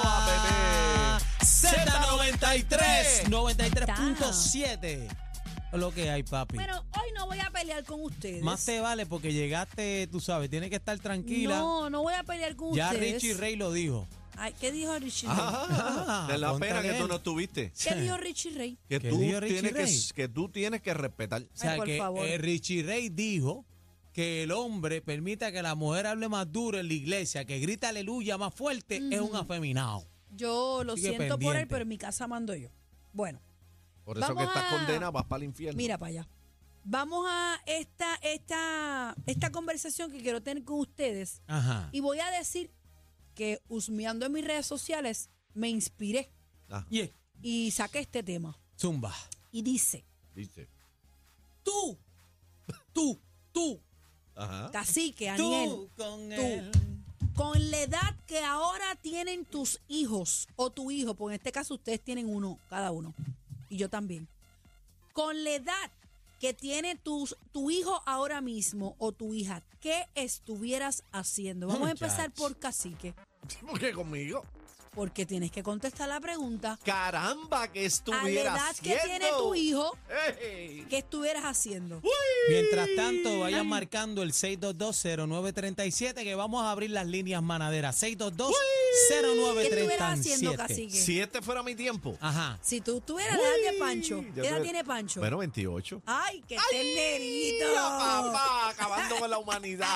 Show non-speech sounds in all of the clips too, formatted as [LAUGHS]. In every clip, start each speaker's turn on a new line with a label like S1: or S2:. S1: Ah, 93, 93.7. Lo que hay, papi.
S2: Bueno, hoy no voy a pelear con ustedes.
S1: Más te vale porque llegaste, tú sabes, tienes que estar tranquila.
S2: no, no voy a pelear con
S1: ya
S2: ustedes.
S1: Richie Rey lo dijo.
S2: Ay, ¿Qué dijo Richie Ray?
S3: Ah, de la
S1: ponte
S3: pena que
S1: bien.
S3: tú no estuviste.
S2: ¿Qué dijo Richie Ray?
S3: Que
S1: ¿Qué
S3: tú,
S1: dijo Richie
S3: tienes
S1: Ray?
S3: que, que tú tienes que respetar.
S1: O sea,
S2: Ay, por
S1: que
S2: favor.
S1: eh, Richie Rey dijo que el hombre permita que la mujer hable más duro en la iglesia, que grita aleluya más fuerte, es un afeminado.
S2: Yo lo
S1: Sigue
S2: siento por él,
S1: pendiente.
S2: pero en mi casa mando yo. Bueno,
S3: Por eso
S2: Vamos
S3: que estás
S2: a-
S3: condenada, vas para el infierno.
S2: mira para allá. Vamos a esta, esta, esta conversación que quiero tener con ustedes.
S1: Ajá.
S2: Y voy a decir que husmeando en mis redes sociales me inspiré
S3: Ah,
S1: Y es
S2: y saqué este tema.
S1: zumba.
S2: Y dice,
S3: dice.
S1: Tú, tú, tú,
S3: Ajá.
S2: cacique, Aniel,
S1: tú con
S2: tú.
S1: él.
S2: con la edad que ahora tienen tus hijos o tu hijo, porque en este caso ustedes tienen uno, cada uno, y yo también, con la edad que tiene tus, tu hijo ahora mismo o tu hija, ¿qué estuvieras haciendo? Vamos a empezar
S1: Muchacho.
S2: por cacique,
S3: [LAUGHS] ¿Por qué conmigo?
S2: porque tienes que contestar la pregunta.
S3: Caramba, que
S2: a la
S3: estuviera
S2: edad que tiene
S3: haciendo.
S2: tu hijo,
S3: ¡Ey!
S2: ¿qué estuvieras haciendo?
S1: Mientras
S2: Mm,
S1: tanto, vayan marcando el 6220937 que vamos a abrir las líneas manaderas.
S2: ¿Qué estuvieras haciendo,
S1: 6220937.
S2: cacique?
S3: Si este fuera mi tiempo.
S1: Ajá.
S2: Si tú tuvieras la edad de
S3: Uy,
S2: Pancho,
S3: ya
S2: ¿qué edad
S3: tuve-
S2: tiene Pancho?
S3: Bueno, 28.
S2: ¡Ay, qué
S3: ¡Ay,
S2: tenerito!
S3: la papá! Acabando con la
S2: [LAUGHS]
S3: humanidad.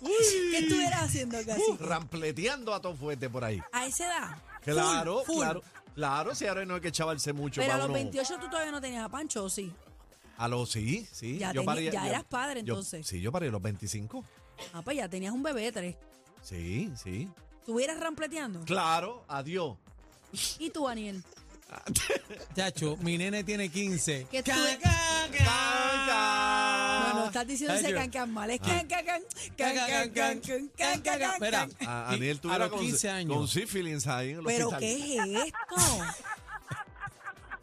S2: ¿Qué estuvieras haciendo,
S3: Uh,
S2: cacique?
S3: rampleteando a todo fuerte por ahí.
S2: A esa edad.
S3: Claro,
S2: full, full.
S3: claro. Claro, si ahora no hay que chavarse mucho
S2: Pero a
S3: para
S2: los
S3: uno.
S2: 28 tú todavía no tenías a Pancho, ¿o sí?
S3: A los sí, sí.
S2: Ya teni- ya eras padre,
S3: yo-
S2: entonces.
S3: sí, yo paré a los 25.
S2: Ah, pues ya tenías un bebé de tres.
S3: Sí, sí.
S2: ¿Estuvieras rampleteando?
S3: Claro, adiós.
S2: ¿Y tú, Daniel?
S1: Chacho, mi nene tiene 15.
S2: [LAUGHS] Que tú-
S1: Ca, ca, ca.
S2: No, no, estás diciendo ese
S1: Chacho.
S2: cancan mal. Es
S1: Ah.
S2: can, can, can, can, can, can, can, can, can, can.
S1: Mira, [LAUGHS]
S3: A,
S1: y-
S3: Daniel
S1: a
S3: tuviera
S1: los
S3: con,
S1: 15
S3: con
S1: años.
S3: sífilis ahí en el
S2: ¿Pero
S3: hospital.
S2: qué es esto?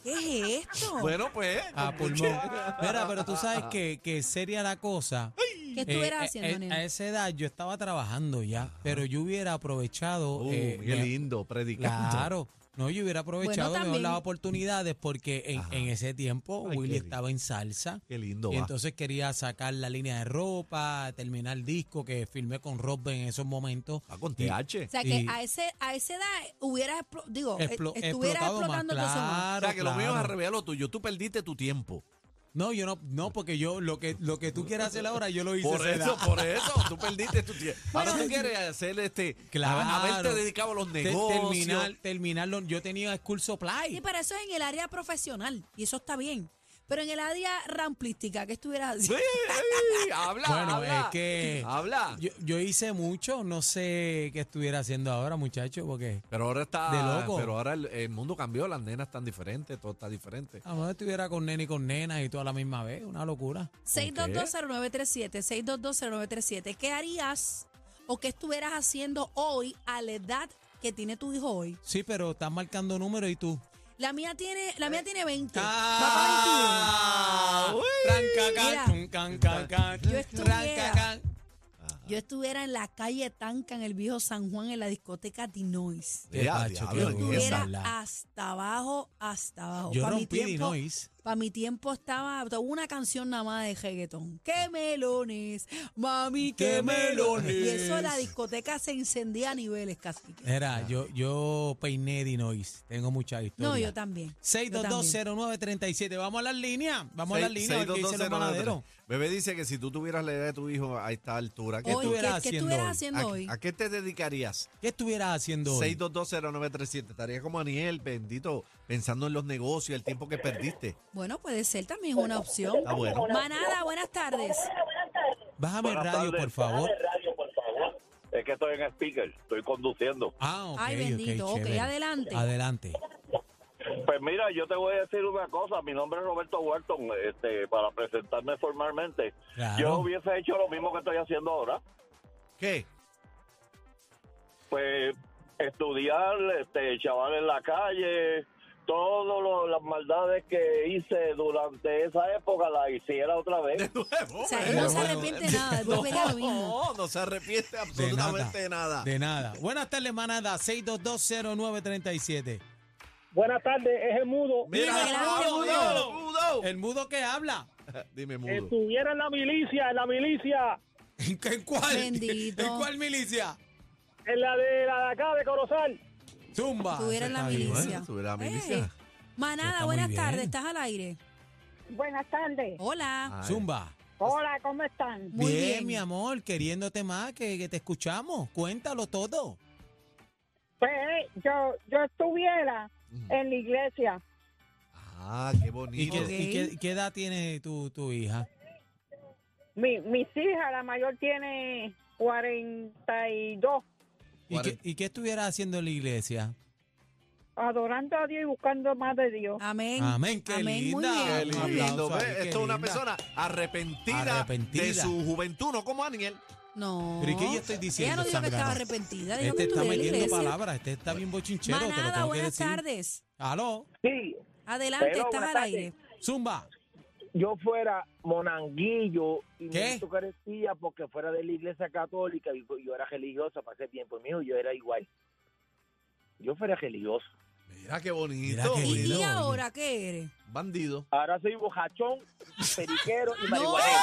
S2: ¿Qué es esto?
S3: Bueno, pues.
S1: A
S3: con
S1: pulmón.
S3: mucho-
S1: Mira, pero tú sabes que, que seria la cosa.
S2: ¿Qué
S1: Eh,
S2: estuvieras
S1: eh,
S2: haciendo,
S1: eh, A
S2: Daniel?
S1: esa edad yo estaba trabajando ya, pero yo hubiera aprovechado.
S3: Uh,
S1: eh,
S3: qué
S1: mi-
S3: lindo, predicando.
S1: Claro. [LAUGHS] No, yo hubiera aprovechado
S2: Bueno,
S1: mejor
S2: también.
S1: las oportunidades porque en, en ese tiempo
S3: Ay, qué
S1: Willy
S3: lindo.
S1: estaba en salsa.
S3: Qué lindo,
S1: Y
S3: va.
S1: entonces quería sacar la línea de ropa, terminar el disco que filmé con Rob en esos momentos.
S3: Va Ah, con
S1: Y-
S3: TH.
S2: O sea, que
S1: y-
S2: a, ese, a esa edad hubieras, explo- digo, eh,
S1: Explo-
S2: estuvieras
S1: explotado más,
S2: explotando cosas más.
S3: O sea, que lo mío es
S1: claro.
S3: al revés a lo tuyo. Tú perdiste tu tiempo.
S1: No, yo no, no, porque yo lo que lo que tú quieras hacer ahora yo lo hice.
S3: Por
S1: a esa
S3: eso,
S1: edad.
S3: por eso. Tú perdiste tu
S1: [LAUGHS]
S3: tiempo. Ahora tú quieres hacer este.
S1: Claro.
S3: Haberte dedicado a los
S1: Te-
S3: negocios.
S1: Terminar, terminarlo. Yo tenía School Supply.
S2: Sí, pero eso es en el área profesional y eso está bien. Pero en el área ramplística, ¿qué estuvieras haciendo?
S3: Sí, sí, habla,
S1: Bueno,
S3: habla.
S1: es que
S3: Habla.
S2: pues.
S1: yo, yo hice mucho, no sé qué estuviera haciendo ahora, muchacho, porque
S3: Pero ahora está.
S1: De loco.
S3: Pero ahora el, el mundo cambió, las nenas están diferentes, todo está diferente.
S1: a lo mejor estuviera con nene y con nena y todo a la misma vez, una locura.
S2: 6220937, 6220937. ¿Qué harías o qué estuvieras haciendo hoy a la edad que tiene tu hijo hoy?
S1: Sí, pero estás marcando números y tú.
S2: La mía tiene, la mía tiene 20.
S1: Ah, tranca, can,
S2: Mira,
S1: tun, can, can, can,
S2: yo estuviera-
S1: tranca, can.
S2: Papá, Yo estuviera en la calle Tanca, en el viejo San Juan, en la discoteca Dinois.
S1: Qué
S3: Ya,
S1: pacho,
S3: diablo,
S1: qué
S2: Yo
S3: Dios,
S1: duro.
S2: estuviera
S1: Ojalá.
S2: hasta abajo, hasta abajo.
S1: Yo
S2: Pa' mi
S1: rompí
S2: tiempo-
S1: Dinois.
S2: Para mi tiempo estaba estaba una canción nada más de reggaetón. ¡Qué melones! ¡Mami, qué,
S1: ¡Qué
S2: melones!
S1: melones!
S2: Y eso la discoteca se encendía a niveles casi.
S1: Era, yo, yo peiné Dinois. Tengo mucha historia.
S2: No, yo también. yo también.
S1: 6220937. Vamos a las líneas. Vamos a las
S3: Seis-
S1: líneas. a ver ¿Qué dicen los
S3: 6220993.
S1: manaderos?
S3: Bebé dice que si tú tuvieras la edad de tu hijo a esta altura, ¿qué
S2: Hoy,
S3: tú-
S2: ¿qué-
S1: estuvieras
S2: ¿qué,
S1: haciendo
S2: estuvieras
S1: hoy?
S2: haciendo hoy?
S3: a, a qué te dedicarías?
S1: ¿Qué estuvieras haciendo hoy?
S3: 6220937. Estaría como Aniel, bendito, pensando en los negocios, el tiempo que perdiste.
S2: Bueno, puede ser también una opción.
S3: Está bueno.
S2: Manada, buenas tardes.
S1: Bájame el
S4: Buenas
S1: Pues, radio,
S4: tardes.
S1: por favor.
S4: Es que estoy en speaker, estoy conduciendo.
S1: Ah, ok,
S2: Ay,
S1: ok,
S2: bendito. Ok,
S1: chévere.
S2: adelante.
S1: Adelante.
S4: Pues mira, yo te voy a decir una cosa. Mi nombre es Roberto Huerton. Este, para presentarme formalmente,
S1: Claro.
S4: yo hubiese hecho lo mismo que estoy haciendo ahora.
S3: ¿Qué?
S4: Pues estudiar, este, chaval en la calle, todas las maldades que hice durante esa época las hiciera otra
S1: [LAUGHS]
S4: vez.
S3: Nuevo,
S2: O sea,
S3: eh.
S2: él no se
S3: Bueno,
S2: arrepiente de nada. Después vería lo mismo.
S3: No, no se arrepiente
S1: De nada.
S3: absolutamente de nada.
S1: De nada. Buenas tardes, manada. 6220937.
S5: Buenas tardes, es el mudo.
S3: Mira,
S2: Mira,
S3: mudo,
S1: mudo.
S3: mudo.
S1: El mudo que habla.
S3: Dime, mudo.
S5: Estuviera en la milicia, en la milicia,
S1: ¿En, qué- en cuál?
S2: Bendito.
S1: ¿En cuál milicia?
S5: en la de la de acá de Corozal.
S3: Ah,
S1: Zumba.
S2: Estuviera en la
S1: Eso está bien.
S2: milicia.
S3: Estuviera en la
S2: Eh,
S3: milicia.
S1: Está
S2: Manada,
S1: muy
S2: buenas
S1: bien.
S2: tardes, estás al aire.
S6: Buenas tardes.
S2: Hola.
S3: Ay,
S1: Zumba.
S6: Hola, ¿cómo están?
S2: Muy
S1: bien,
S2: bien.
S1: mi amor, queriéndote más, que, que te escuchamos. Cuéntalo todo.
S6: Pues eh, yo, yo estuviera
S3: Ujú.
S6: en la iglesia.
S3: Ah, qué
S1: ¿Y,
S3: bonito.
S1: qué,
S2: Ok.
S1: y qué- qué edad tiene tu, tu hija?
S6: Mi, mis hijas, la mayor tiene 42,
S1: ¿Y qué, y qué estuviera haciendo en la iglesia?
S6: adorando a Dios y buscando más de Dios.
S2: Amén.
S1: Amén, qué
S2: Amén, muy
S1: linda.
S3: Qué
S2: bien, muy bien.
S3: lindo. ¿ves?
S1: Aplauso ahí, qué
S3: Esto es una
S1: linda.
S3: persona arrepentida,
S1: Arrepentida.
S3: de su juventud, no como Aniel.
S2: No.
S1: Pero ¿y qué yo estoy diciendo,
S2: Ella no dijo que
S1: Sandra?
S2: estaba arrepentida,
S1: Este
S2: dijo que
S1: está
S2: estuviera en la
S1: metiendo
S2: iglesia.
S1: palabras, este está bien bochinchero, te lo
S2: Manada,
S1: tengo que
S2: buenas
S1: decir.
S2: tardes.
S1: Aló,
S5: Sí,
S2: Adelante,
S5: Hello,
S2: estás
S5: buenas
S2: al
S5: tardes.
S2: aire.
S1: Zumba.
S5: yo fuera monanguillo y
S1: ¿Qué?
S5: me Eucaristía porque fuera de la iglesia católica y yo, yo era religiosa para ese tiempo mío, yo era igual. Yo fuera religioso.
S3: Mira qué bonito.
S1: Mira qué
S2: ¿Y, y
S1: lindo. oye.
S2: ahora qué eres?
S3: Bandido.
S5: Ahora soy bojachón, periquero y
S2: ¡No!
S5: marihuanero.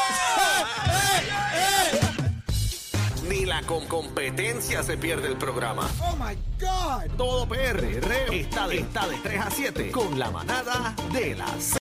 S7: Ni la con competencia se pierde el programa. Oh my God. Todo PR está de, está de 3 a 7 con la manada de las